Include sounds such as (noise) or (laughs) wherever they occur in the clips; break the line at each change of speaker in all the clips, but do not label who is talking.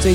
最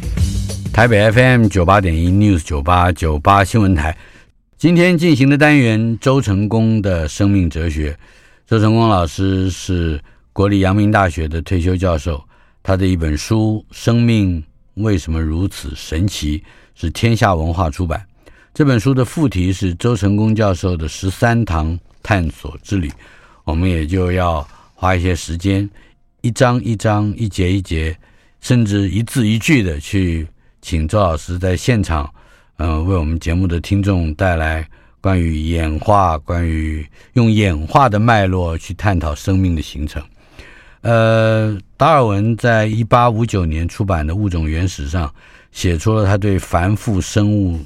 台北 FM 九八点一 News 九八九八新闻台，今天进行的单元周成功的生命哲学。周成功老师是国立阳明大学的退休教授，他的一本书《生命为什么如此神奇》是天下文化出版。这本书的副题是周成功教授的十三堂探索之旅，我们也就要花一些时间，一章一章、一节一节，甚至一字一句的去。请周老师在现场，嗯、呃，为我们节目的听众带来关于演化、关于用演化的脉络去探讨生命的形成。呃，达尔文在一八五九年出版的《物种原始》上，写出了他对繁复生物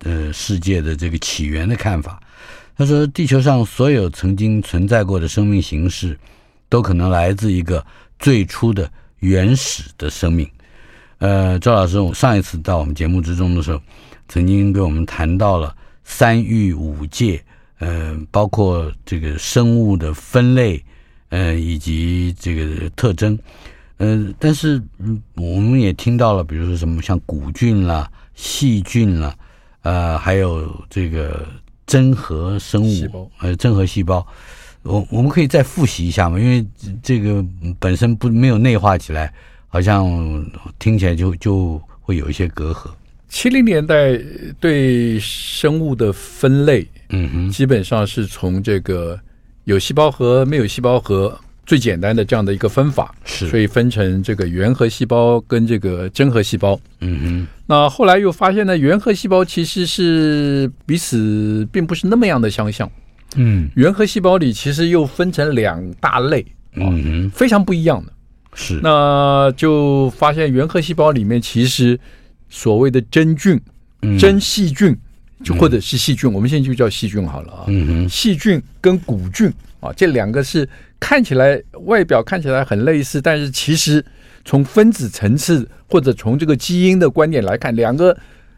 呃世界的这个起源的看法。他说，地球上所有曾经存在过的生命形式，都可能来自一个最初的原始的生命。呃，周老师，我上一次到我们节目之中的时候，曾经跟我们谈到了三育五戒，呃，包括这个生物的分类，呃，以及这个特征，呃，但是我们也听到了，比如说什么像古菌啦、细菌啦，呃，还有这个真核生物，呃，真核细胞，我我们可以再复习一下嘛，因为这个本身不没有内化起来。好像听起来就就会有一些隔阂。
七零年代对生物的分类，嗯哼，基本上是从这个有细胞核、没有细胞核最简单的这样的一个分法，
是，
所以分成这个原核细胞跟这个真核细胞，
嗯
哼。那后来又发现呢，原核细胞其实是彼此并不是那么样的相像，
嗯，
原核细胞里其实又分成两大类，
嗯哼，
非常不一样的。
是，
那就发现原核细胞里面其实所谓的真菌、嗯、真细菌，就或者是细菌，嗯、我们现在就叫细菌好了啊。
嗯、
细菌跟古菌啊，这两个是看起来外表看起来很类似，但是其实从分子层次或者从这个基因的观点来看，两个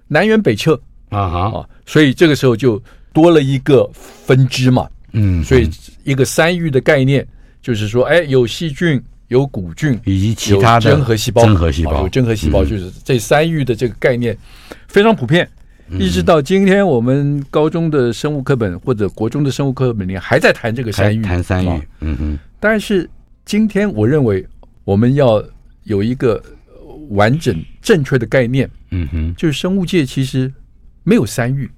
南辕北辙
啊哈
啊，所以这个时候就多了一个分支嘛。
嗯，
所以一个三域的概念就是说，哎，有细菌。有古菌
以及其他的
真核细胞，
真核细胞、
啊、有真核细胞，就是这三域的这个概念非常普遍，
嗯、
一直到今天我们高中的生物课本或者国中的生物课本里还在谈这个三域，
谈三域，啊、嗯哼。
但是今天我认为我们要有一个完整正确的概念，
嗯哼，
就是生物界其实没有三域，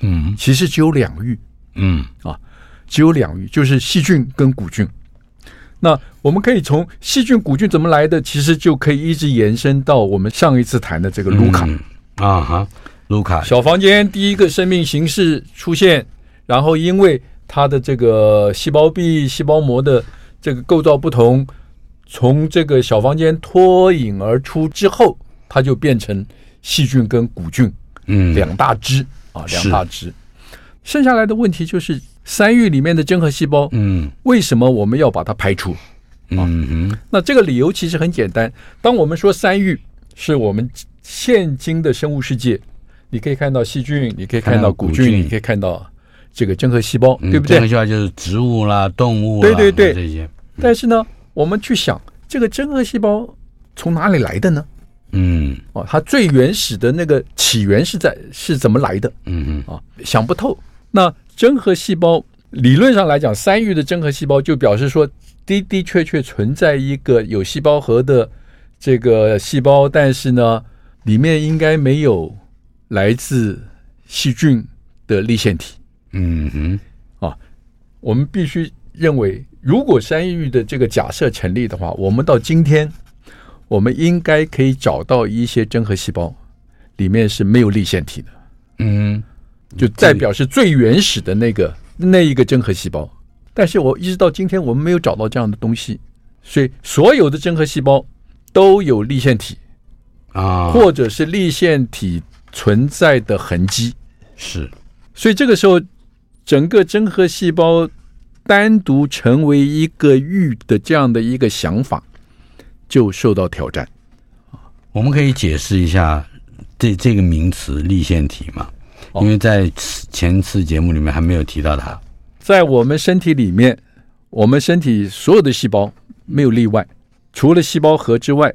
嗯，
其实只有两域，
嗯
啊，只有两域，就是细菌跟古菌。那我们可以从细菌、古菌怎么来的，其实就可以一直延伸到我们上一次谈的这个卢卡、嗯、
啊哈，卢卡
小房间第一个生命形式出现，然后因为它的这个细胞壁、细胞膜的这个构造不同，从这个小房间脱颖而出之后，它就变成细菌跟古菌，
嗯，
两大支啊，两大支。剩下来的问题就是三域里面的真核细胞，
嗯，
为什么我们要把它排除？
啊、嗯，
那这个理由其实很简单。当我们说三域是我们现今的生物世界，你可以看到细菌，你可以看到古菌，
古菌
你可以看到这个真核细胞，嗯、对不对？
真核细胞就是植物啦、动物啦，
对对对
这些。
嗯、但是呢，我们去想这个真核细胞从哪里来的呢？
嗯，
哦，它最原始的那个起源是在是怎么来的？
嗯
嗯，啊，想不透。那真核细胞理论上来讲，三域的真核细胞就表示说，的的确确存在一个有细胞核的这个细胞，但是呢，里面应该没有来自细菌的立腺体。
嗯哼，
我们必须认为，如果山芋的这个假设成立的话，我们到今天，我们应该可以找到一些真核细胞里面是没有立腺体的，
嗯
就代表是最原始的那个那一个真核细胞。但是我一直到今天，我们没有找到这样的东西，所以所有的真核细胞都有立腺体，
啊，
或者是立腺体存在的痕迹。
是
所以这个时候，整个真核细胞单独成为一个域的这样的一个想法，就受到挑战。
我们可以解释一下这这个名词立腺体嘛？
哦
因为在此前次节目里面还没有提到它。
在我们身体里面，我们身体所有的细胞没有例外，除了细胞核之外，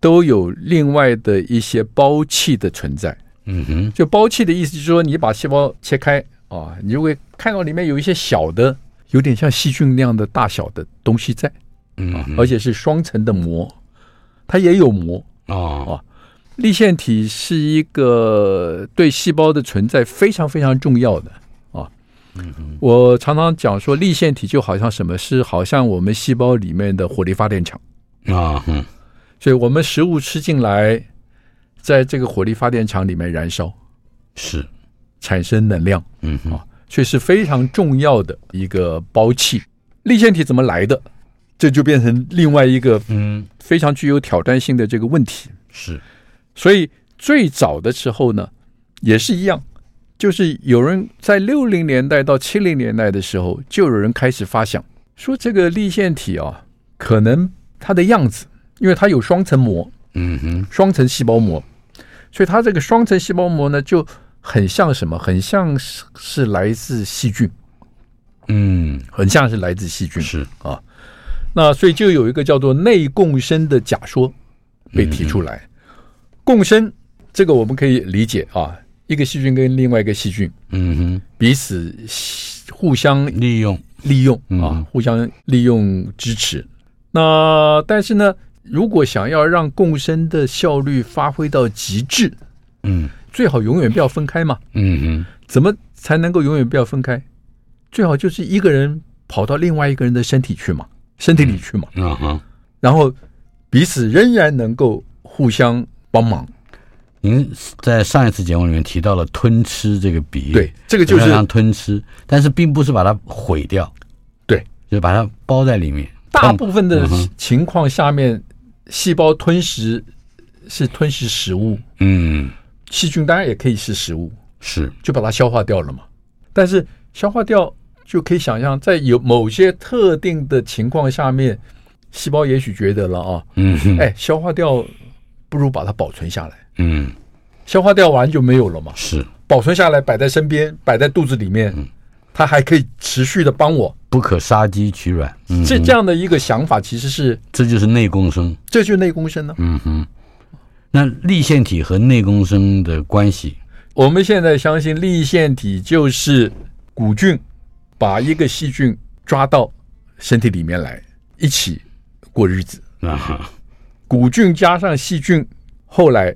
都有另外的一些胞器的存在。
嗯哼，
就胞器的意思就是说，你把细胞切开啊，你就会看到里面有一些小的，有点像细菌那样的大小的东西在。
嗯哼
而且是双层的膜，它也有膜。
哦
立腺体是一个对细胞的存在非常非常重要的啊。我常常讲说，立腺体就好像什么是好像我们细胞里面的火力发电厂，
啊哼
所以我们食物吃进来，在这个火力发电厂里面燃烧，
是
产生能量。
嗯哼
所以是非常重要的一个胞器。立腺体怎么来的？这就变成另外一个
嗯
非常具有挑战性的这个问题。
是
所以最早的时候呢，也是一样，就是有人在六零年代到七零年代的时候，就有人开始发想说，这个立腺体啊，可能它的样子，因为它有双层膜、
嗯哼
双层细胞膜，所以它这个双层细胞膜呢，就很像什么？很像是是来自细菌，
嗯
很像是来自细菌。
是
那所以就有一个叫做内共生的假说被提出来。共生这个我们可以理解啊，一个细菌跟另外一个细菌
嗯哼
彼此吸互相
利用
利用
嗯
啊，互相利用支持。那但是呢，如果想要让共生的效率发挥到极致，
嗯
最好永远不要分开嘛。
嗯
怎么才能够永远不要分开？最好就是一个人跑到另外一个人的身体去嘛，身体里去嘛。
哼啊哈。
然后彼此仍然能够互相帮忙。
您在上一次节目里面提到了吞吃这个比喻，
对，，这个
就
就是
让
是
吞吃，但是并不是把它毁掉，
对，
就是把它包在里面。
大部分的
嗯哼
情况下面，细胞吞食是吞食食物，
嗯，
细菌当然也可以是食物，
是
就把它消化掉了嘛。但是消化掉就可以想象，在有某些特定的情况下面，细胞也许觉得了啊，
嗯哼
哎，消化掉不如把它保存下来。
嗯
消化掉完就没有了嘛，
是
保存下来摆在身边，摆在肚子里面，
嗯
它还可以持续的帮我
不可杀鸡取卵，嗯，
这这样的一个想法，其实是
这就是内共生。
这就是内功生呢、
嗯哼，那立腺体和内共生的关系，
我们现在相信立腺体就是古菌把一个细菌抓到身体里面来一起过日子，
啊哈，
古菌加上细菌，后来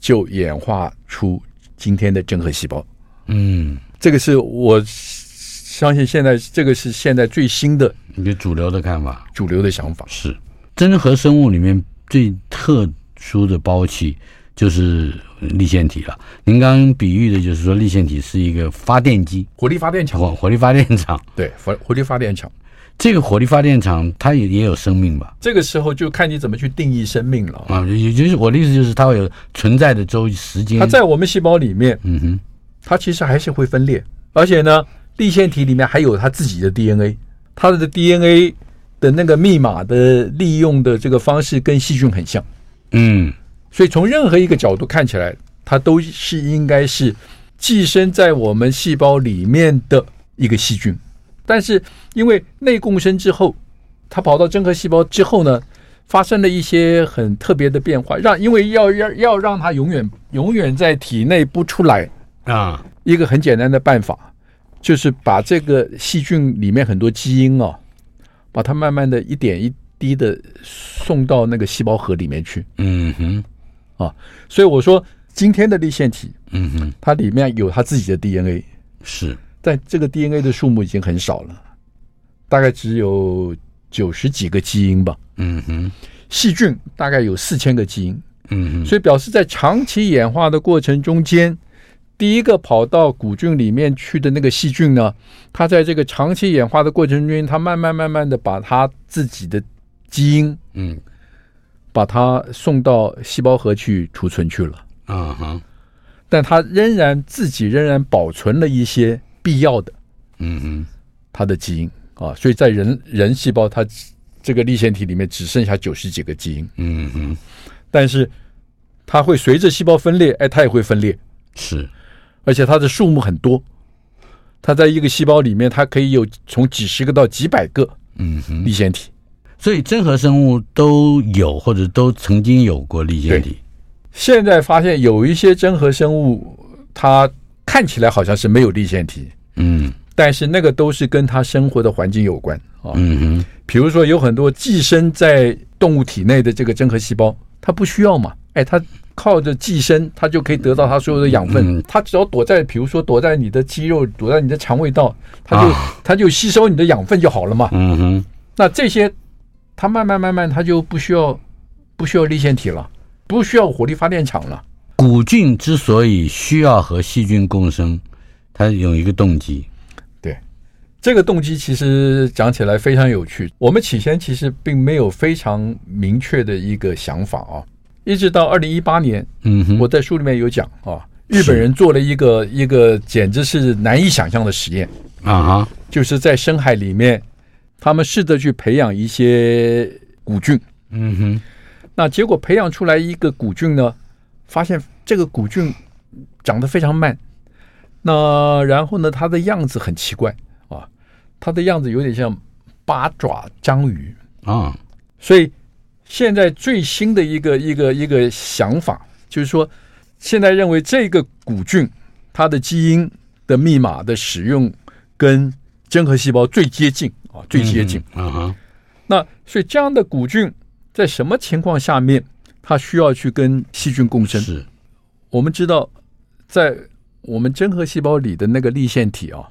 就演化出今天的真核细胞。
嗯，
这个是我相信现在这个是现在最新的
一个主流的看法
主流的想法。
是，真核生物里面最特殊的胞器就是立腺体了。您刚刚比喻的就是说，立腺体是一个发电机，
火力发电厂，
火火力发电厂。
对，火火力发电厂。
这个火力发电厂它也也有生命吧？
这个时候就看你怎么去定义生命了啊。
啊，也就是我的意思就是它会有存在的周时间。
它在我们细胞里面，
嗯哼，
它其实还是会分裂，而且呢，立腺体里面还有它自己的 DNA，它的 DNA 的那个密码的利用的这个方式跟细菌很像，
嗯
所以从任何一个角度看起来，它都是应该是寄生在我们细胞里面的一个细菌，但是因为内共生之后，它跑到真核细胞之后呢。发生了一些很特别的变化，让因为要要要让它永远永远在体内不出来，
啊，
一个很简单的办法，就是把这个细菌里面很多基因哦，把它慢慢的一点一滴的送到那个细胞核里面去。
嗯哼，
所以我说，今天的立腺体，
嗯哼，
它里面有它自己的 DNA，
是
但这个 DNA 的数目已经很少了，大概只有九十几个基因吧。
嗯哼，
细菌大概有四千个基因，
嗯哼，
所以表示在长期演化的过程中间，第一个跑到古菌里面去的那个细菌呢，它在这个长期演化的过程中间，它慢慢慢慢的把它自己的基因
嗯
把它送到细胞核去储存去了，
啊哈，
但它仍然自己仍然保存了一些必要的
嗯哼，
它的基因啊，所以在人人细胞它这个立腺体里面只剩下九十几个基因，
嗯哼，
但是它会随着细胞分裂，哎，它也会分裂，
是
而且它的数目很多。它在一个细胞里面，它可以有从几十个到几百个
嗯哼，
立腺体。
所以真核生物都有或者都曾经有过立腺体，
现在发现有一些真核生物，它看起来好像是没有立腺体，
嗯
但是那个都是跟它生活的环境有关啊。
嗯哼，
比如说，有很多寄生在动物体内的这个真核细胞，它不需要嘛？哎，它靠着寄生，它就可以得到它所有的养分
嗯。
它只要躲在，比如说躲在你的肌肉，躲在你的肠胃道，它就它就吸收你的养分就好了嘛。
嗯哼，
那这些，它慢慢慢慢，它就不需要不需要立腺体了，不需要火力发电厂了。
古菌之所以需要和细菌共生，它有一个动机，
这个动机其实讲起来非常有趣。我们起先其实并没有非常明确的一个想法啊，一直到二零一八年，
嗯哼，
我在书里面有讲啊，日本人做了一个一个简直是难以想象的实验，
啊哈，
就是在深海里面，他们试着去培养一些古菌，
嗯哼，
那结果培养出来一个古菌呢，发现这个古菌长得非常慢，那然后呢，它的样子很奇怪啊，它的样子有点像八爪章鱼，
啊，
所以现在最新的一个一个一个想法就是说，现在认为这个古菌它的基因的密码的使用跟真核细胞最接近啊，最接近。
嗯哼啊哈，
那所以这样的古菌在什么情况下面，它需要去跟细菌共生？
是，
我们知道，在我们真核细胞里的那个立腺体啊，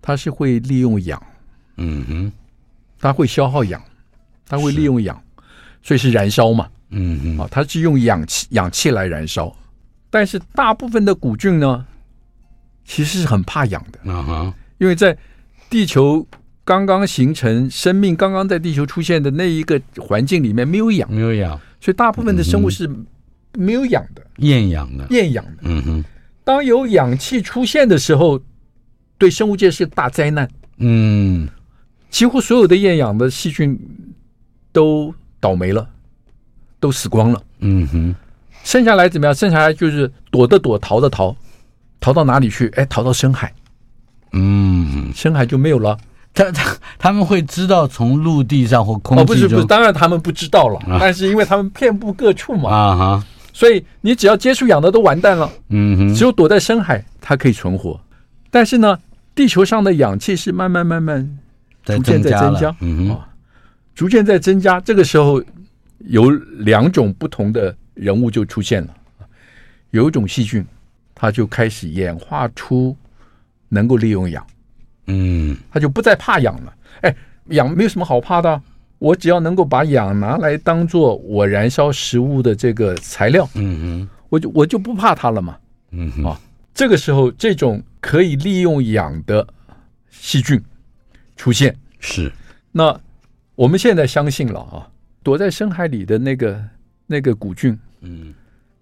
它是会利用氧，
嗯哼，
它会消耗氧，它会
是
利用氧，所以是燃烧嘛，
嗯哼，
啊，它是用氧气氧气来燃烧。但是大部分的古菌呢，其实是很怕氧的，
啊哈，
因为在地球刚刚形成、生命刚刚在地球出现的那一个环境里面没有氧。
没有氧，
所以大部分的生物是没有氧的，
厌氧的，
厌氧的。
嗯哼，
当有氧气出现的时候，对生物界是大灾难，
嗯
几乎所有的厌氧的细菌都倒霉了，都死光了。
嗯哼，
剩下来怎么样？剩下来就是躲的躲，逃的逃，逃到哪里去？哎，逃到深海，
嗯，
深海就没有了。
他他他们会知道从陆地上或空
哦，不
气
是不
中
是，当然他们不知道了，
啊
但是因为他们遍布各处嘛，
啊哈，
所以你只要接触氧的都完蛋了。
嗯哼，
只有躲在深海，它可以存活。但是呢，地球上的氧气是慢慢慢慢
在
逐渐在增加
了嗯哼
哦，逐渐在增加。这个时候，有两种不同的人物就出现了。有一种细菌，它就开始演化出能够利用氧，
嗯
它就不再怕氧了。哎，氧没有什么好怕的啊，我只要能够把氧拿来当做我燃烧食物的这个材料，
嗯哼，
我就我就不怕它了嘛。
嗯哼，
这个时候，这种可以利用氧的细菌出现。
是，
那我们现在相信了啊，躲在深海里的那个那个古菌，
嗯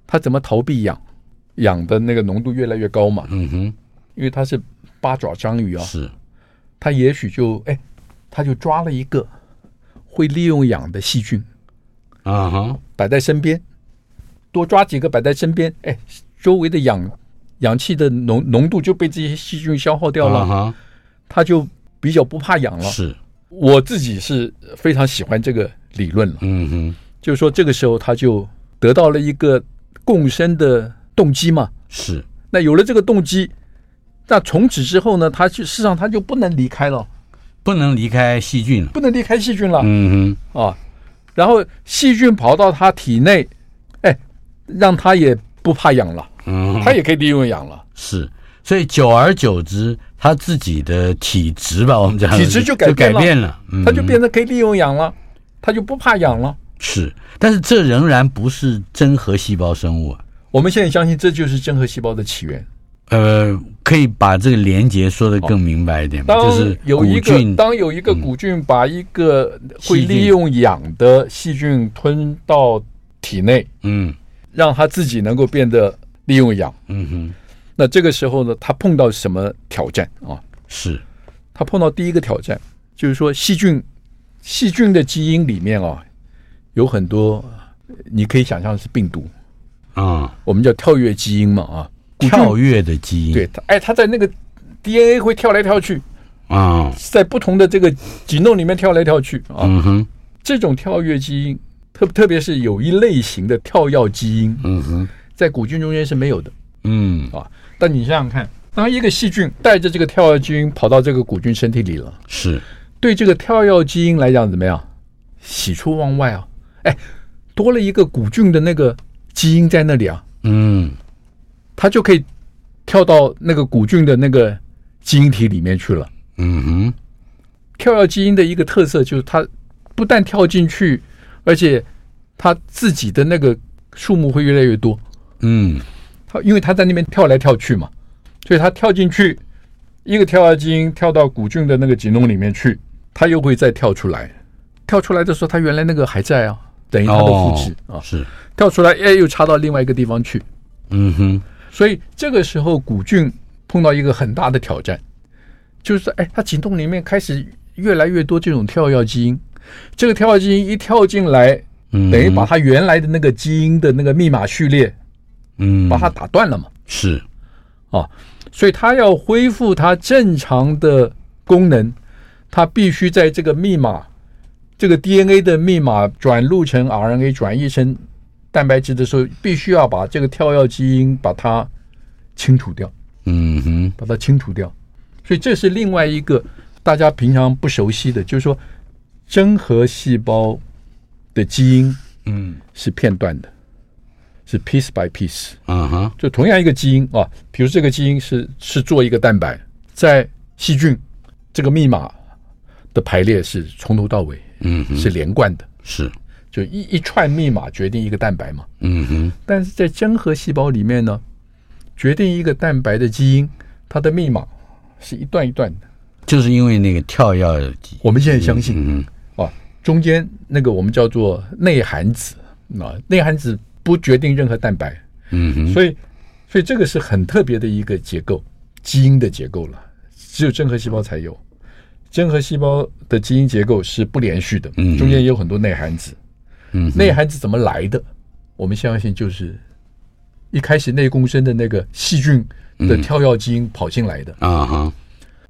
它怎么逃避氧？氧的那个浓度越来越高嘛，
嗯哼，
因为它是八爪章鱼啊，
是，
它也许就哎，它就抓了一个会利用氧的细菌
啊哈，
摆在身边，多抓几个摆在身边，哎，周围的氧氧气的浓浓度就被这些细菌消耗掉了。
啊哈，
他就比较不怕痒了。
是，
我自己是非常喜欢这个理论了，
嗯哼，
就是说这个时候他就得到了一个共生的动机嘛。
是，
那有了这个动机，那从此之后呢，他就事实上他就不能离开了，
不能离开细菌了，
不能离开细菌了、
嗯
啊。然后细菌跑到他体内，哎，让他也不怕养老，
嗯，
他也可以利用养老，
是，所以久而久之，他自己的体质吧，我 (laughs) 们讲
体质就改
改
变了
变了，嗯
他就变成可以利用养了，他就不怕养了。
是，但是这仍然不是真核细胞生物、啊。
我们现在相信这就是真核细胞的起源。
呃，可以把这个连结说的更明白一点吗？
当
就是
有
古
一个
菌，嗯
当有一个古菌把一个会
细菌
利用氧的细菌吞到体内，
嗯
让它自己能够变得利用氧，
嗯哼，
那这个时候呢，它碰到什么挑战啊？
是，
它碰到第一个挑战就是说细菌，细菌的基因里面啊有很多，呃你可以想象是病毒，
啊、
我们叫跳跃基因嘛啊，古菌
跳跃的基因，
对，它哎，它在那个 DNA 会跳来跳去，
啊、
在不同的这个几弄里面跳来跳去啊。
嗯哼，
这种跳跃基因，特特别是有一类型的跳跃基因，
嗯哼，
在古菌中间是没有的
嗯，
啊。但你想想看，当一个细菌带着这个跳跃基因跑到这个古菌身体里了，
是，
对这个跳跃基因来讲怎么样？喜出望外啊！哎，多了一个古菌的那个基因在那里啊，
嗯
它就可以跳到那个古菌的那个基因体里面去了。
嗯哼，
跳跃基因的一个特色就是它不但跳进去，而且它自己的那个数目会越来越多。
嗯
它因为它在那边跳来跳去嘛，所以它跳进去一个跳跃基因跳到古菌的那个genome 里面去，它又会再跳出来。跳出来的时候，它原来那个还在啊，等于它的复制、啊。
是，
跳出来，哎，又插到另外一个地方去。
嗯哼，
所以这个时候古菌碰到一个很大的挑战，就是哎，它颈动里面开始越来越多这种跳跃基因，这个跳跃基因一跳进来，
嗯哼，
等于把它原来的那个基因的那个密码序列
嗯
把它打断了嘛，
是，
啊，所以它要恢复它正常的功能，它必须在这个密码。这个 DNA 的密码转录成 RNA 转译成蛋白质的时候，必须要把这个跳跃基因把它清除掉。
嗯哼，
把它清除掉。所以这是另外一个大家平常不熟悉的，就是说真核细胞的基因
嗯
是片段的，是 piece by piece。
啊哈，
就同样一个基因啊，比如这个基因是是做一个蛋白，在细菌这个密码的排列是从头到尾
嗯哼，
是连贯的，
是，
就一一串密码决定一个蛋白嘛。
嗯哼，
但是在真核细胞里面呢，决定一个蛋白的基因，它的密码是一段一段的。
就是因为那个跳跃基因，
我们现在相信
嗯
啊，中间那个我们叫做内含子啊，内含子不决定任何蛋白，
嗯哼，
所以所以这个是很特别的一个结构，基因的结构了，只有真核细胞才有。真核细胞的基因结构是不连续的，
嗯
中间也有很多内含子。
嗯哼
内含子怎么来的？我们相信就是一开始内共生的那个细菌
嗯
的跳跃基因跑进来的。
啊哈，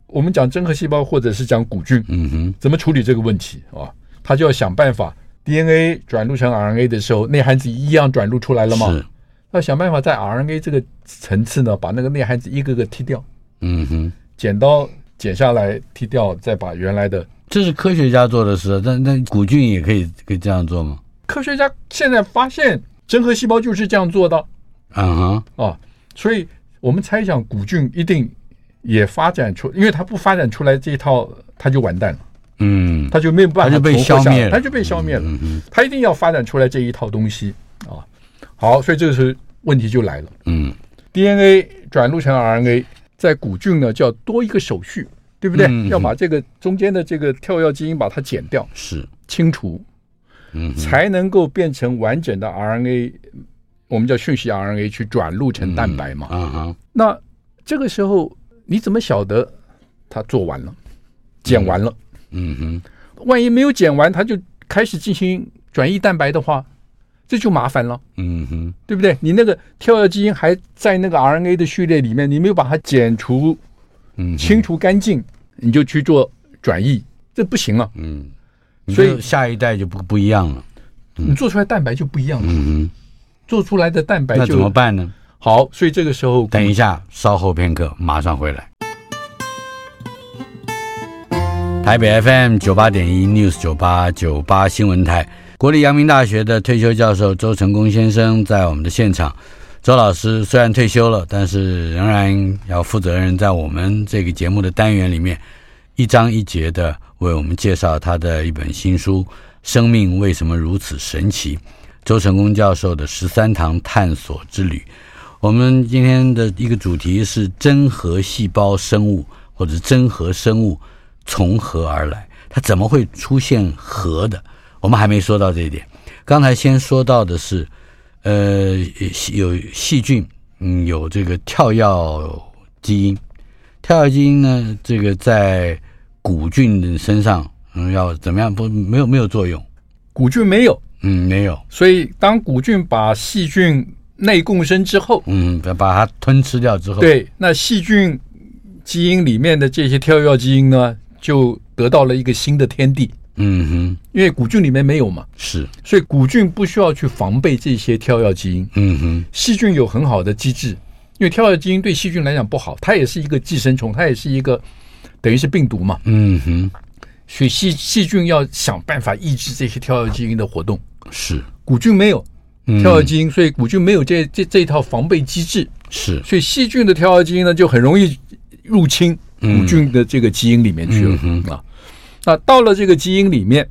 我们讲真核细胞，或者是讲古菌，
嗯哼，
怎么处理这个问题啊？他就要想办法，DNA 转录成 RNA 的时候，内含子一样转录出来了嘛
是？，
要想办法在 RNA 这个层次呢，把那个内含子一个个剔掉，
嗯哼，
剪刀剪下来剔掉，再把原来的
这是科学家做的事，啊但但古菌也可以可以这样做吗？
科学家现在发现真核细胞就是这样做的
啊哈，
啊，所以我们猜想古菌一定也发展出，因为它不发展出来这一套，它就完蛋了，
嗯，
它就没有办
它
法
就被
存活下
消灭
来
了
它就被消灭了。
嗯哼，
他一定要发展出来这一套东西啊。好，所以这个时候问题就来了
嗯，
，DNA 转录成 RNA，在古菌呢就要多一个手续，对不对？
嗯嗯
要把这个中间的这个跳跃基因把它剪掉、
是，
清除，
嗯哼，
才能够变成完整的 RNA，我们叫讯息 RNA 去转录成蛋白嘛。
啊哈，
那这个时候你怎么晓得它做完了、剪完了？
嗯哼，
万一没有剪完，它就开始进行转移蛋白的话，这就麻烦了。
嗯哼，
对不对？你那个跳跃基因还在那个 RNA 的序列里面，你没有把它剪除、
嗯哼，
清除干净，你就去做转移，这不行了。
嗯，
所
所
以
以下一代就不不一样了，
你做出来蛋白就不一样了，
嗯哼，
做出来的蛋白
那怎么
就
办呢？
好。所以这个时候，
等一下，稍后片刻，马上回来。台北 FM 九八点一 News 九八九八新闻台，国立阳明大学的退休教授周成功先生在我们的现场。周老师虽然退休了，但是仍然要负责任，在我们这个节目的单元里面，一章一节的为我们介绍他的一本新书《生命为什么如此神奇》，周成功教授的十三堂探索之旅。我们今天的一个主题是真核细胞生物或者真核生物从何而来？它怎么会出现核的？我们还没说到这一点。刚才先说到的是，呃，细有细菌，嗯，有这个跳跃基因。跳跃基因呢，这个在古菌的身上，嗯，要怎么样？不，没有没有作用，
古菌没有，
嗯，没有，
所以当古菌把细菌内共生之后，
嗯，把把它吞吃掉之后，，
对，那细菌基因里面的这些跳跃基因呢，就得到了一个新的天地，
嗯
因为古菌里面没有嘛
哼，，是，
所以古菌不需要去防备这些跳跃基因。
嗯哼，
细菌有很好的机制，因为跳跃基因对细菌来讲不好，它也是一个寄生虫，它也是一个等于是病毒嘛，
嗯哼，
所以细细菌要想办法抑制这些跳跃基因的活动。
是，
古菌没有
嗯
跳跃基因，所以古菌没有这这这一套防备机制，
是，
所以细菌的跳跃基因呢就很容易入侵古菌的这个基因里面去了、
嗯
啊。那到了这个基因里面，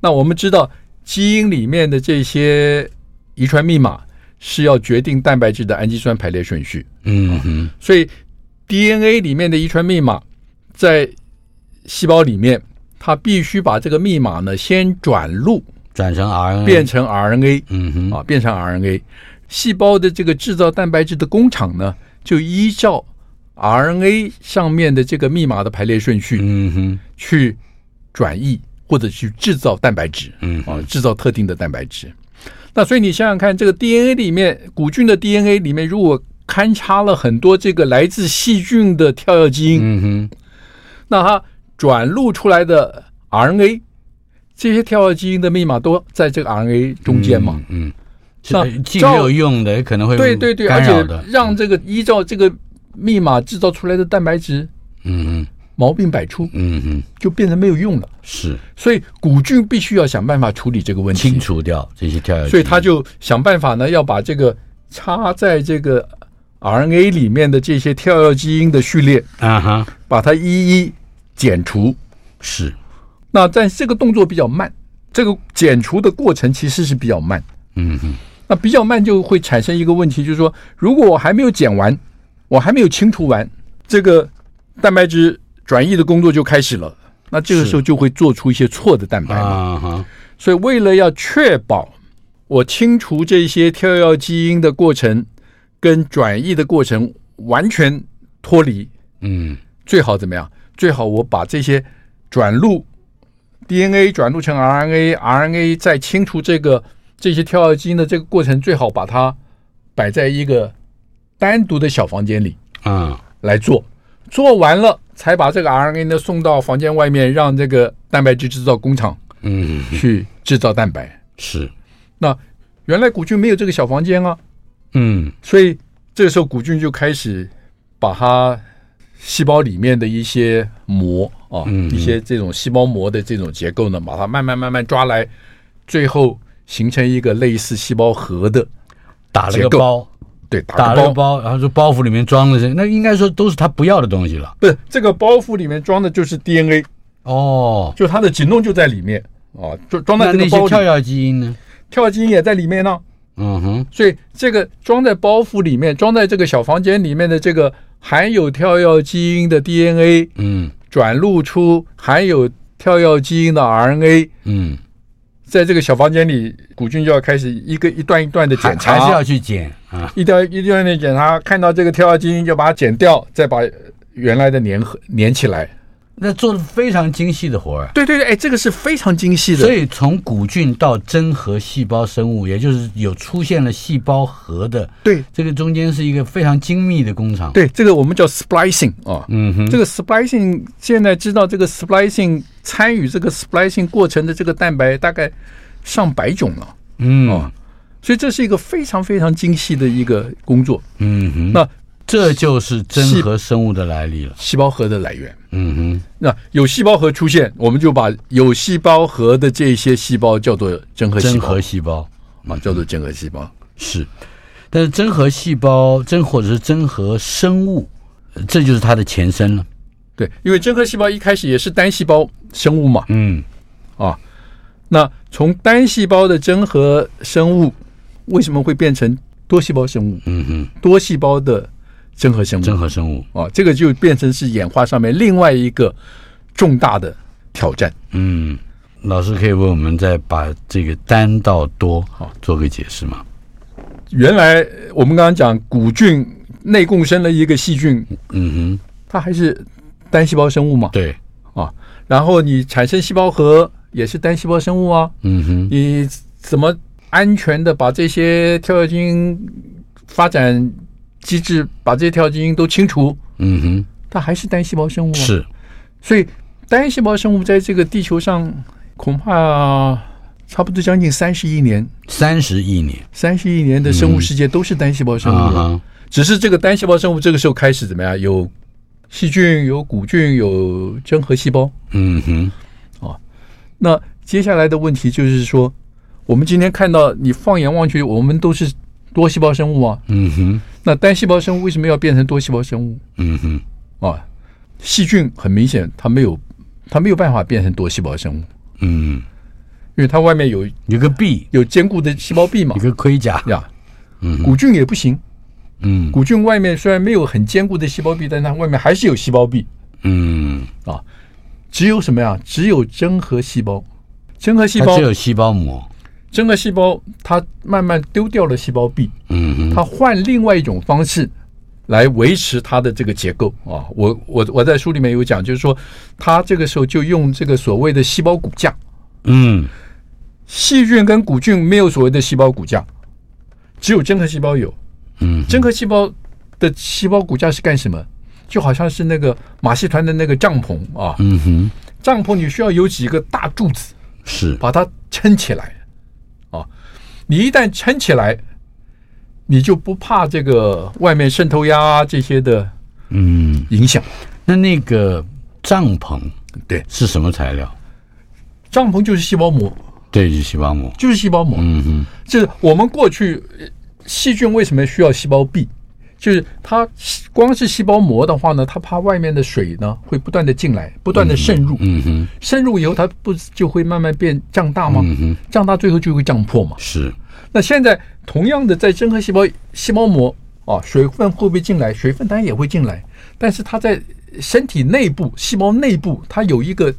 那我们知道基因里面的这些遗传密码是要决定蛋白质的氨基酸排列顺序，
嗯哼，
所以 DNA 里面的遗传密码在细胞里面，它必须把这个密码呢先转录
转成 RNA
变，成 RNA。
嗯哼，
啊，变成 RNA。细胞的这个制造蛋白质的工厂呢，就依照 RNA 上面的这个密码的排列顺序
嗯哼，
去转译或者去制造蛋白质，
嗯
啊，制造特定的蛋白质。那所以你想想看，这个 DNA 里面，古菌的 DNA 里面如果勘插了很多这个来自细菌的跳跃基因，
嗯哼，
那它转录出来的 RNA，这些跳跃基因的密码都在这个 RNA 中间嘛，
嗯，
那
是既没有用的，也可能会
对对对，
干
而
扰
且
的，
让这个依照这个密码制造出来的蛋白质
嗯哼，
毛病百出，
嗯哼，
就变成没有用了。
是
所以古菌必须要想办法处理这个问
清
题，
除掉这些跳跃基因，
所以他就想办法呢，要把这个插在这个 RNA 里面的这些跳跃基因的序列，
啊哈，
把它一一减除。
是，
那但是这个动作比较慢，这个减除的过程其实是比较慢。
嗯哼，
那比较慢就会产生一个问题，就是说，如果我还没有剪完，我还没有清除完，这个蛋白质转移的工作就开始了。那这个时候就会做出一些错的蛋白嘛。
啊哈，
所以为了要确保我清除这些跳跃基因的过程跟转移的过程完全脱离，
嗯
最好怎么样？最好我把这些转录 DNA 转录成 RNA，RNA 再清除这个这些跳跃基因的这个过程，最好把它摆在一个单独的小房间里
啊，
来做。做完了，才把这个 RNA 呢送到房间外面，让这个蛋白质制造工厂
嗯哼，
去制造蛋白。
是，
那原来古菌没有这个小房间啊，
嗯
所以这个时候古菌就开始把它细胞里面的一些膜啊，
嗯
一些这种细胞膜的这种结构呢，把它慢慢慢慢抓来，最后形成一个类似细胞核的，
打了
结
个
构
包，
对，打
打了
个包
个包，然后这包袱里面装的是，那应该说都是他不要的东西了。
不是这个包袱里面装的就是 DNA，
哦，
就它的解弄就在里面啊，装装
那
在这
那
个
些
包
跳
里，
跃基因呢？
跳基因也在里面呢。
嗯哼，
所以这个装在包袱里面，装在这个小房间里面的这个含有跳跃基因的 DNA，
嗯
转录出含有跳跃基因的 RNA，
嗯，
在这个小房间里，古菌就要开始一个一段一段的
还
检
还是
查
要，去检啊，
一段一段的检查，看到这个跳跃基因就把它剪掉，再把原来的粘合粘起来。
那做的非常精细的活儿。啊
对对对，哎，这个是非常精细的。
所以从古菌到真核细胞生物，也就是有出现了细胞核的，
对
这个中间是一个非常精密的工厂。，
对，这个我们叫 splicing 啊、
嗯哼，
这个 splicing 现在知道这个 splicing 参与这个 splicing 过程的这个蛋白大概上百种了，
嗯、
哦所以这是一个非常非常精细的一个工作。
嗯哼，
那
这就是真核生物的来历了。
细胞核的来源。
嗯
那有细胞核出现，我们就把有细胞核的这些细胞叫做真核
哼，
细
真
胞
核细胞
啊，叫做真核细胞。
是。但是真核细胞真或者是真核生物，呃这就是它的前身了。
对，因为真核细胞一开始也是单细胞生物嘛，
嗯，
啊，那从单细胞的真核生物为什么会变成多细胞生物？
嗯哼，
多细胞的真核生物
真核生物，
啊，这个就变成是演化上面另外一个重大的挑战。
嗯，老师可以为我们再把这个单到多好做个解释吗？
原来我们刚刚讲古菌内共生了一个细菌，
嗯
它还是单细胞生物嘛
哼，，对，
然后你产生细胞核也是单细胞生物啊，
嗯哼，
你怎么安全的把这些跳跃基因发展机制把这些跳跃基因都清除？
嗯哼，
它还是单细胞生物、啊，，
是，
所以单细胞生物在这个地球上恐怕差不多将近三十亿年，
三十亿年
三十亿年的生物世界都是单细胞生
啊
物了。
哈，
只是这个单细胞生物这个时候开始怎么样？有细菌，有古菌，有真核细胞。
嗯哼，
那接下来的问题就是说，我们今天看到你放眼望去，我们都是多细胞生物啊。
嗯哼，
那单细胞生物为什么要变成多细胞生物
嗯哼，
啊？细菌很明显，它没有，它没有办法变成多细胞生物，
嗯，
因为它外面有
有个壁，
有坚固的细胞壁嘛
有。个盔甲，
呀，
嗯哼
古菌也不行，
嗯
古菌外面虽然没有很坚固的细胞壁，但它外面还是有细胞壁。
嗯，
只有什么呀？只有真核细胞。真核细
它
胞
只，有细胞膜，
真核细胞，它慢慢丢掉了细胞壁，
嗯
它
哼，
换另外一种方式来维持它的这个结构啊。我我我在书里面有讲，就是说，它这个时候就用这个所谓的细胞骨架，
嗯
细菌跟古菌没有所谓的细胞骨架，只有真核细胞有。
嗯哼，
真核细胞的细胞骨架是干什么？就好像是那个马戏团的那个帐篷啊，
嗯哼，
帐篷你需要有几个大柱子。
是，
把它撑起来啊！你一旦撑起来，你就不怕这个外面渗透压啊这些的
嗯，
影响。
那那个帐篷
对，
是什么材料？
帐篷就是细胞膜，
对，是细胞膜，
就是细胞膜。
嗯哼，
就是我们过去呃细菌为什么需要细胞壁？就是它光是细胞膜的话呢，它怕外面的水呢会不断的进来，不断的渗入，
嗯哼，
渗入以后它不就会慢慢变胀大吗？
嗯哼，
胀大最后就会胀破嘛。
是，
那现在同样的，在真核细胞细胞膜啊，水分会不会进来？水分当然也会进来，但是它在身体内部、细胞内部，它有一个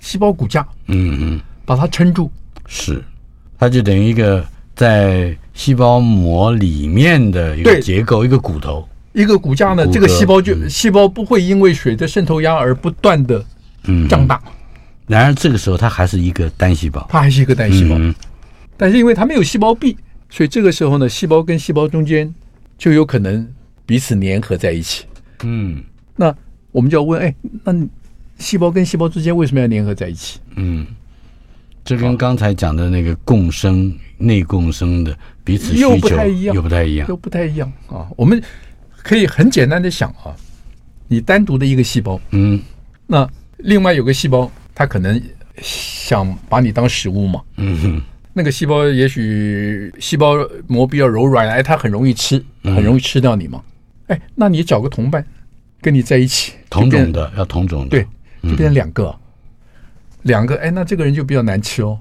细胞骨架
嗯哼，
把它撑住。
是，它就等于一个在细胞膜里面的一个
对
结构，一个骨头，
一个骨架呢，
骨骼
这个细胞就、
嗯
细胞不会因为水的渗透压而不断的
嗯，
胀。大，
然而这个时候，它还是一个单细胞，
它还是一个单细胞。
嗯
但是因为它没有细胞壁，所以这个时候呢，细胞跟细胞中间就有可能彼此粘合在一起。
嗯
那我们就要问，哎，那你细胞跟细胞之间为什么要粘合在一起？
嗯，这跟刚才讲的那个共生、内共生的彼此需求
又不太一样
又不太一样
都不太一样啊。我们可以很简单的想啊，你单独的一个细胞，
嗯
那另外有个细胞，它可能想把你当食物嘛。
嗯哼
那个细胞也许细胞膜比较柔软，哎，它很容易吃，很容易吃掉你嘛。哎，那你找个同伴跟你在一起，
同
就
种
变
的要同种的，
对，
嗯
就变成两个，两个哎，那这个人就比较难吃哦。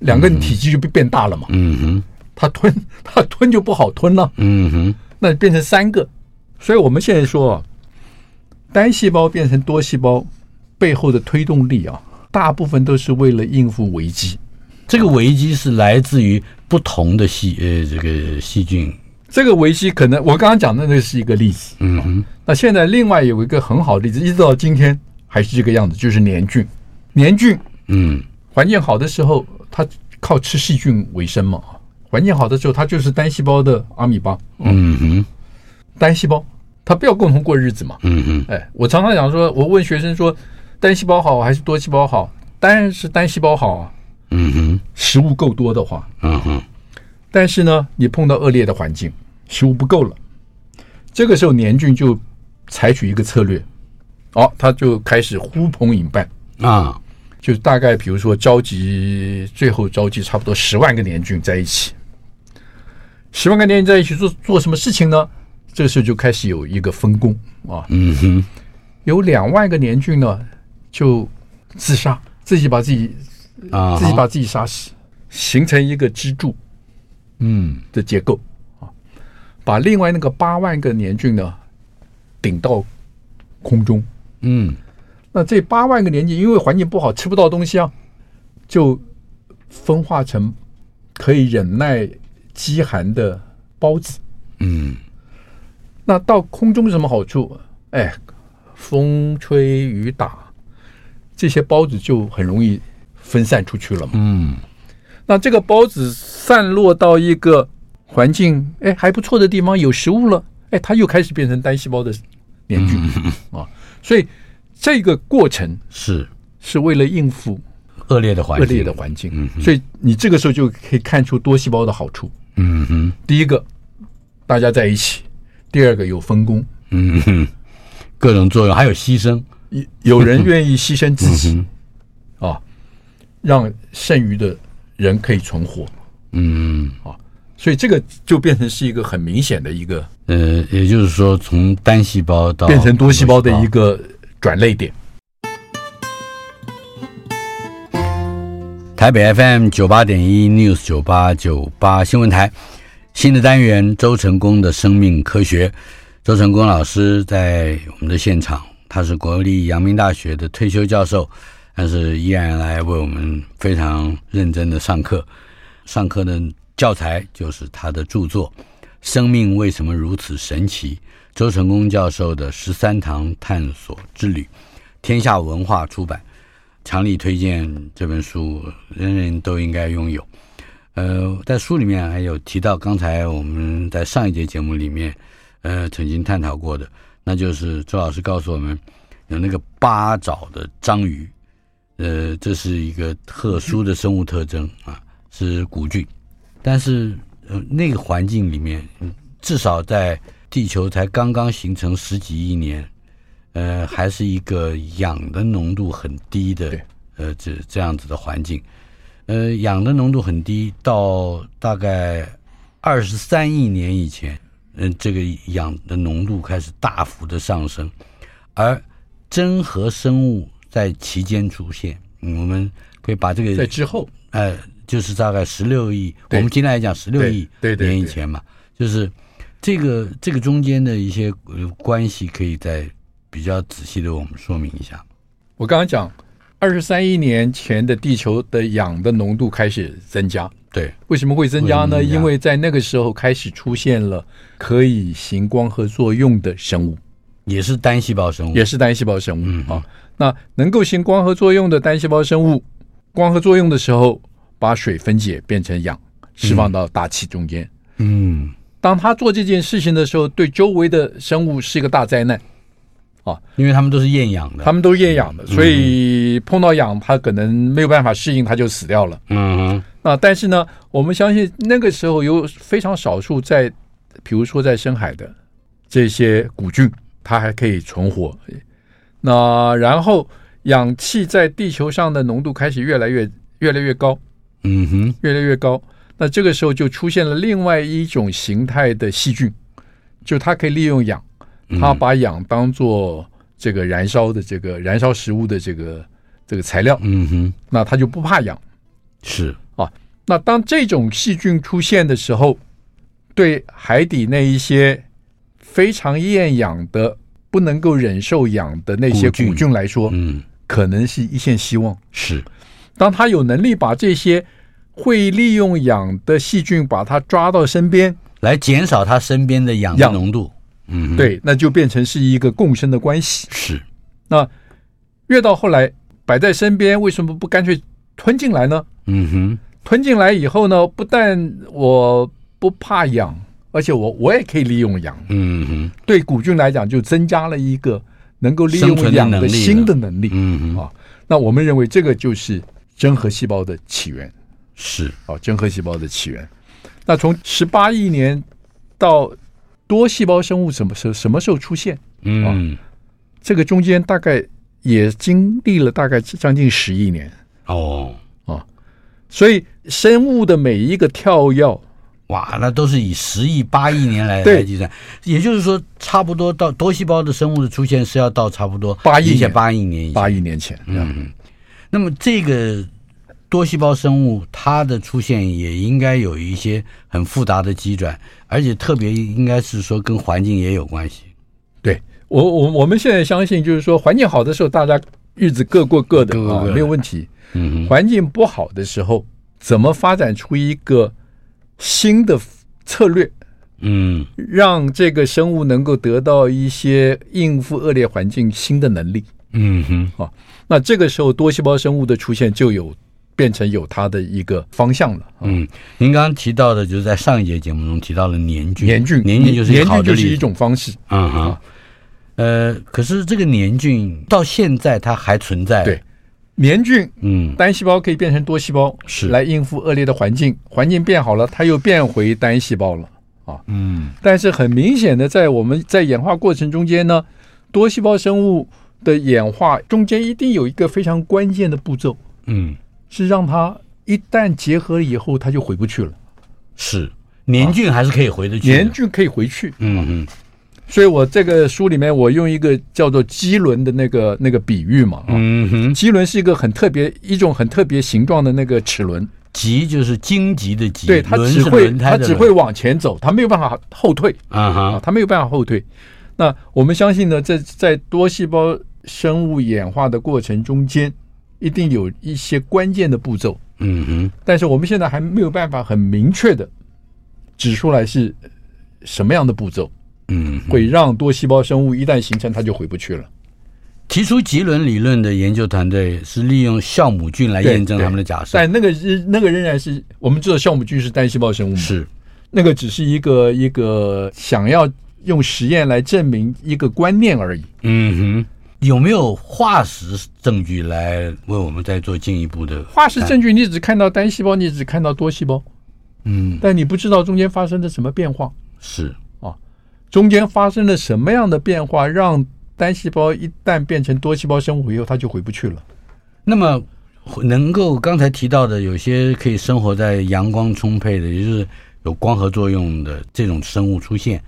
两个你体积就变大了嘛，
嗯哼
它吞 (laughs) 它吞就不好吞了。
嗯哼
那变成三个。所以我们现在说，啊，单细胞变成多细胞背后的推动力啊，大部分都是为了应付危机。
这个危机是来自于不同的细呃这个细菌，
这个危机可能我刚刚讲的那是一个例子，
嗯哼
那现在另外有一个很好的例子，一直到今天还是这个样子，就是黏菌。黏菌
嗯
环境好的时候，它靠吃细菌为生嘛。环境好的时候，它就是单细胞的阿米巴，
嗯哼
单细胞，它不要共同过日子嘛。
嗯哼
哎，我常常讲说，我问学生说，单细胞好还是多细胞好？当然是单细胞好啊，
嗯哼
食物够多的话。
嗯哼
但是呢，你碰到恶劣的环境，食物不够了，这个时候黏菌就采取一个策略，哦，它就开始呼朋引伴，
啊
就大概比如说召集，最后召集差不多十万个黏菌在一起，十万个年龄在一起做做什么事情呢？这个时候就开始有一个分工啊，
嗯哼，
有两万个年菌呢就自杀，自己把自己
啊，
嗯自己把自己杀死，形成一个支柱
嗯
的结构啊，把另外那个八万个年菌呢顶到空中。
嗯
那这八万个年菌因为环境不好吃不到东西啊，就分化成可以忍耐饥寒的孢子。
嗯
那到空中有什么好处？哎，风吹雨打，这些孢子就很容易分散出去了嘛。
嗯
那这个孢子散落到一个环境哎还不错的地方，有食物了，哎，它又开始变成单细胞的黏菌、啊。所以这个过程
是
是为了应付
恶劣的环
恶
境，
劣的环境，所以你这个时候就可以看出多细胞的好处。
嗯哼
第一个，大家在一起；第二个，有分工，
嗯哼，各种作用还有牺牲，
有有人愿意牺牲自己啊，让剩余的人可以存活，
嗯。
所以这个就变成是一个很明显的一个
呃，也就是说，从单细胞到
变成多细胞的一个转类点。
台北 FM 九八点一 News 九八九八新闻台，新的单元周成功的生命科学。周成功老师在我们的现场，他是国立阳明大学的退休教授，但是依然来为我们非常认真的上课。上课的教材就是他的著作《生命为什么如此神奇》，周成功教授的十三堂探索之旅，天下文化出版。强力推荐这本书，人人都应该拥有。呃，在书里面还有提到，刚才我们在上一节节目里面，呃，曾经探讨过的，那就是周老师告诉我们，有那个八爪的章鱼，呃，这是一个特殊的生物特征啊，是古菌，但是呃，那个环境里面，嗯至少在地球才刚刚形成十几亿年，呃，还是一个氧的浓度很低的
对，
呃，这这样子的环境，呃，氧的浓度很低，到大概二十三亿年以前，嗯、这个氧的浓度开始大幅的上升，而真核生物在其间出现，嗯我们可以把这
在
个
之后，
呃，就是大概十六亿，我
对
们今天来讲十六亿
对对对
年以前嘛，就是这个这个中间的一些呃关系，可以再比较仔细的我们说明一下。
我刚刚讲，二十三亿年前的地球的氧的浓度开始增加，
对，
为什么会增加
为什
呢？
么增加
因为在那个时候开始出现了可以行光合作用的生物，
也是单细胞生物，
也是单细胞生物、
嗯
啊。那能够行光合作用的单细胞生物，光合作用的时候把水分解变成氧，释放到大气中间。
嗯，
当他做这件事情的时候，对周围的生物是一个大灾难，
因为他们都是厌氧的，
他们都厌氧
嗯
的，所以碰到氧，它可能没有办法适应，它就死掉了。
嗯哼
那啊但是呢，我们相信那个时候有非常少数在，比如说在深海的这些古菌，它还可以存活。那然后氧气在地球上的浓度开始越来越越来越高，
嗯哼
越来越高。那这个时候就出现了另外一种形态的细菌，就它可以利用氧，
嗯
它把氧当做这个燃烧的这个燃烧食物的这个这个材料，
嗯哼，
那它就不怕氧。
是
那当这种细菌出现的时候，对海底那一些非常厌氧的、不能够忍受氧的那些
古菌
古菌来说，
嗯
可能是一线希望。
是
当他有能力把这些会利用氧的细菌把它抓到身边，
来减少它身边的氧的
氧
浓度，嗯哼，
对，那就变成是一个共生的关系。
是
那越到后来摆在身边，为什么不干脆吞进来呢？
嗯哼
吞进来以后呢，不但我不怕氧，而且我我也可以利用氧。
嗯哼
对古菌来讲，就增加了一个能够利
生存
用
的
氧
能力
新的能力。
嗯哼
啊那我们认为这个就是真核细胞的起源
是
啊，真核细胞的起源。那从十八亿年到多细胞生物什么时候什么时候出现？
嗯
这个中间大概也经历了大概将近十亿年，
哦
所以生物的每一个跳跃
哇，那都是以十亿、八亿年来
对
来计算，也就是说，差不多到多细胞的生物的出现是要到差不多
8亿年
一千八亿年以前嗯
八亿年前，这样
那么这个多细胞生物它的出现也应该有一些很复杂的机转，而且特别应该是说跟环境也有关系。
对我我我们现在相信，就是说环境好的时候，大家日子各过各的
各过
啊
各，的
没有问题。
嗯哼，
环境不好的时候，怎么发展出一个新的策略，
嗯
让这个生物能够得到一些应付恶劣环境新的能力？
嗯哼，
那这个时候，多细胞生物的出现就有变成有它的一个方向了。啊
嗯，您刚刚提到的就是在上一节节目中提到了年菌，
年菌，
年菌就是一个
年
好
菌
的
就是
例
一
子。
种方式。
嗯哼，呃，可是这个年菌到现在它还存在。
对，年菌
嗯
单细胞可以变成多细胞，
是
来应付恶劣的环境。环境变好了，它又变回单细胞了。
嗯
但是很明显的，在我们在演化过程中间呢，多细胞生物的演化中间一定有一个非常关键的步骤，
嗯，
是让它一旦结合了以后，它就回不去了。
是年菌还是可以回得去的。
年菌可以回去，
嗯嗯
所以我这个书里面我用一个叫做基轮的那个那个比喻嘛，啊，
嗯哼，
基轮是一个很特别一种很特别形状的那个齿轮，
棘就是荆棘的棘，
对，它
轮
只
是
会
轮胎
它
的
只
轮
会往前走，它没有办法后退。
啊
啊，
哈，
它没有办法后退。那我们相信呢，在在多细胞生物演化的过程中间，一定有一些关键的步骤，
嗯哼。
但是我们现在还没有办法很明确的指出来是什么样的步骤
嗯，
会让多细胞生物一旦形成，它就回不去了。
提出棘轮理论的研究团队是利用酵母菌来验证
对对
他们的假设，
但那个是那个仍然是我们知道酵母菌是单细胞生物嘛，
是
那个只是一个一个想要用实验来证明一个观念而已。
嗯哼，有没有化石证据来为我们再做进一步的
化石证
哎
据，你只看到单细胞，你只看到多细胞，
嗯，
但你不知道中间发生了什么变化，
是
中间发生了什么样的变化，让单细胞一旦变成多细胞生物以后，它就回不去了。
那么能够刚才提到的，有些可以生活在阳光充沛的，也就是有光合作用的这种生物出现，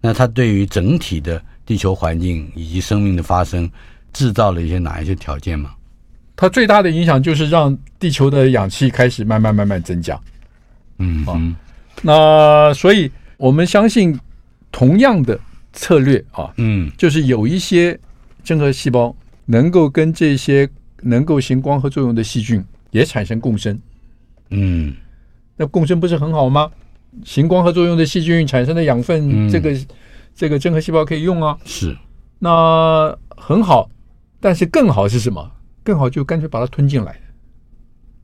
那它对于整体的地球环境以及生命的发生，制造了一些哪一些条件吗？
它最大的影响就是让地球的氧气开始慢慢慢慢增加。
嗯哼，
那所以我们相信，同样的策略啊，
嗯
就是有一些真核细胞能够跟这些能够行光合作用的细菌也产生共生。
嗯
那共生不是很好吗？行光合作用的细菌产生的养分，
嗯
这个这个真核细胞可以用啊，
是
那很好。但是更好是什么？更好就干脆把它吞进来，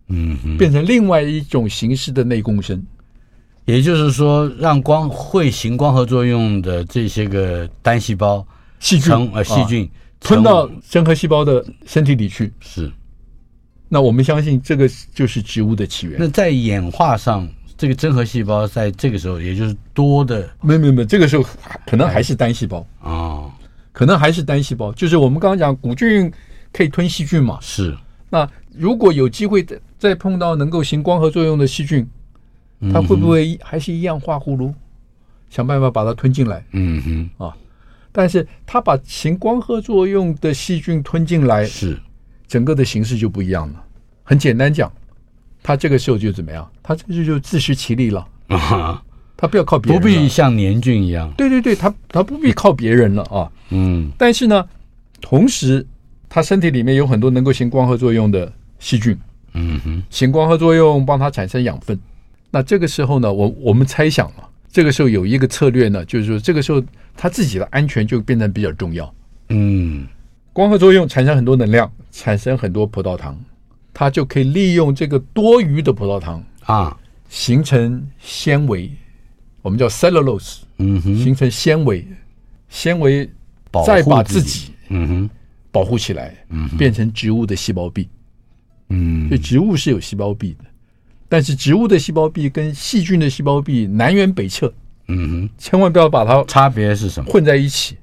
嗯哼。
变成另外一种形式的内共生。
也就是说，让光会行光合作用的这些个单细胞
细菌
成呃细
啊
菌
吞
成
到真核细胞的身体里去。
是。
那我们相信这个就是植物的起源。
那在演化上，这个真核细胞在这个时候，也就是多的
没没没，这个时候可能还是单细胞，
哦，
可能还是单细胞。就是我们刚刚讲古菌可以吞细菌嘛，
是
那如果有机会再再碰到能够行光合作用的细菌，
嗯
它会不会还是一样画葫芦，想办法把它吞进来？
嗯哼
但是它把行光合作用的细菌吞进来，
是
整个的形式就不一样了。很简单讲，它这个时候就怎么样？它这个就自食其力了，
啊，
它不要靠别
不
人了。
必像年菌一样，
对对对，它它不必靠别人了啊。
嗯
但是呢，同时它身体里面有很多能够行光合作用的细菌，
嗯哼
行光合作用帮它产生养分。那这个时候呢，我我们猜想啊，这个时候有一个策略呢，就是说这个时候它自己的安全就变得比较重要。
嗯
光合作用产生很多能量，产生很多葡萄糖，它就可以利用这个多余的葡萄糖
啊
形成纤维，我们叫 cellulose，
嗯哼，
形成纤维，纤维
保
再
护
把
自
自
己
己
嗯哼
保护起来，变成植物的细胞壁。
嗯
所以植物是有细胞壁的，但是植物的细胞壁跟细菌的细胞壁南辕北辙，
嗯哼，
千万不要把它
差别是什么？
混在一起。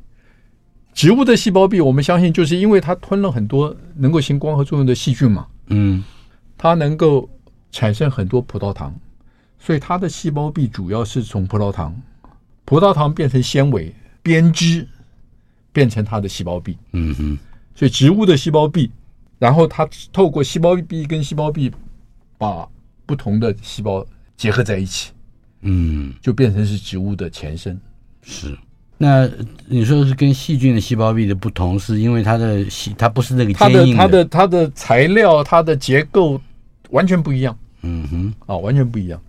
植物的细胞壁，我们相信就是因为它吞了很多能够行光合作用的细菌嘛，
嗯
它能够产生很多葡萄糖，所以它的细胞壁主要是从葡萄糖，葡萄糖变成纤维编织，变成它的细胞壁。
嗯哼，
所以植物的细胞壁，然后它透过细胞壁跟细胞壁，把不同的细胞结合在一起，
嗯，
就变成是植物的前身。
是。那你说是跟细菌的细胞壁的不同，是因为它的细，它不是那个
它
坚
的
硬
它的它的材料、它的结构完全不一样
嗯哼，
啊，完全不一样。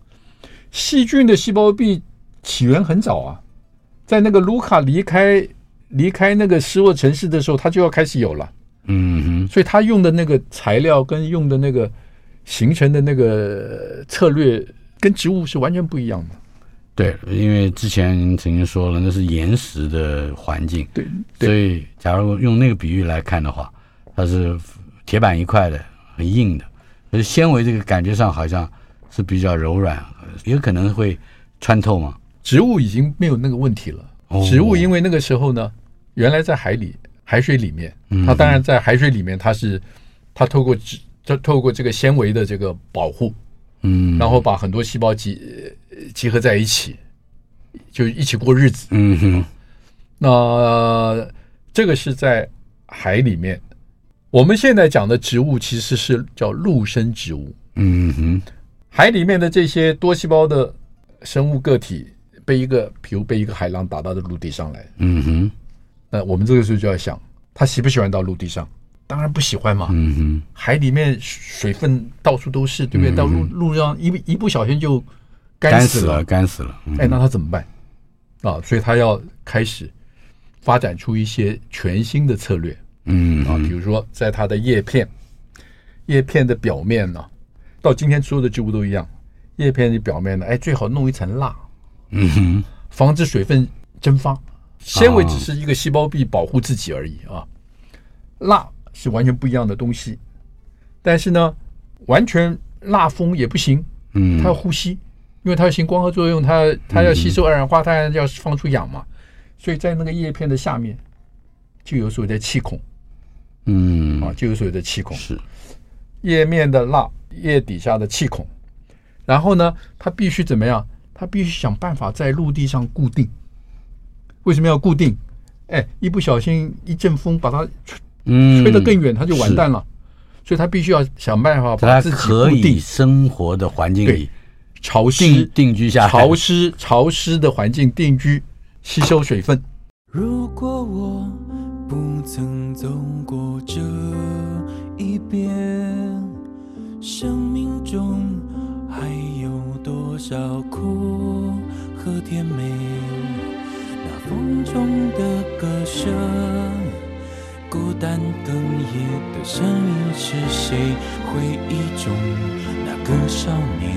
细菌的细胞壁起源很早啊，在那个卢卡离开离开那个失落城市的时候，它就要开始有了。
嗯哼，
所以他用的那个材料跟用的那个形成的那个呃策略，跟植物是完全不一样的。
对，因为之前您曾经说了，那是岩石的环境，
对
所以假如用那个比喻来看的话，它是铁板一块的，很硬的，可是纤维这个感觉上好像是比较柔软，也可能会穿透嘛。
植物已经没有那个问题了。
哦
植物因为那个时候呢，原来在海里、海水里面，
嗯
它当然在海水里面，它是它透过植，它透过这个纤维的这个保护，
嗯，
然后把很多细胞集呃集合在一起，就一起过日子。
嗯哼，
那、这个是在海里面。我们现在讲的植物其实是叫陆生植物，
嗯哼，
海里面的这些多细胞的生物个体被一个，比如被一个海浪打到的陆地上来，
嗯哼，
那我们这个时候就要想，它喜不喜欢到陆地上？当然不喜欢嘛，
嗯哼，
海里面水分到处都是，对不对？到陆陆上一不一不小心就干
干
死
死
了
了，，干死了。嗯
哎，那他怎么办？啊，所以他要开始发展出一些全新的策略
嗯
啊，比如说在它的叶片，叶片的表面呢、到今天所有的植物都一样，叶片的表面呢，哎，最好弄一层蜡，
嗯哼，
防止水分蒸发。纤维只是一个细胞壁保护自己而已啊，蜡是完全不一样的东西，但是呢，完全蜡封也不行，
嗯，
它要呼吸，因为它要行光合作用，它它要吸
嗯
收二氧化碳，要放出氧嘛，所以在那个叶片的下面就有所谓的气孔
嗯
啊，就有所谓的气孔，
是
叶面的蜡，叶底下的气孔，然后呢，它必须怎么样？它必须想办法在陆地上固定。为什么要固定？哎，一不小心一阵风把它吹
嗯，
吹得更远，它就完蛋了。所以它必须要想办法把
它
自己
可
固
以
定、
生活的环境里
对潮湿
定、定居下来。
潮湿、潮湿的环境定居，吸收水分。
如果我不曾走过这一边，生命中还有多少苦和甜美？那风中的歌声，孤单哽咽的声音是谁？回忆中那个少年，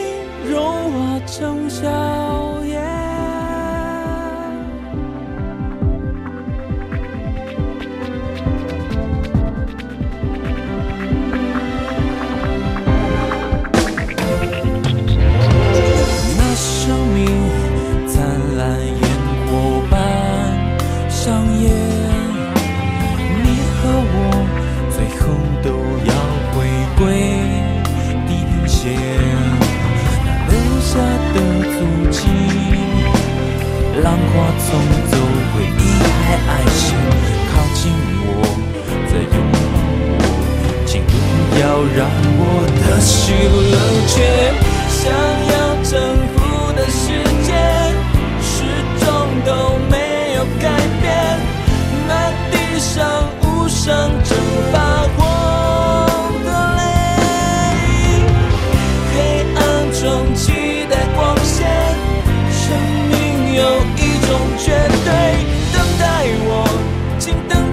融化成笑颜。那生命灿烂烟火般上演，你和我最后都要回归地平线，那留下的足迹，浪花冲走回忆和爱情，靠近我，再拥抱我，请不要让我的心冷却，想要征服的世界，始终都没有改变，那地上无声蒸发过的泪。黑暗中期待光线，生命有一种绝对，等待我，请等哎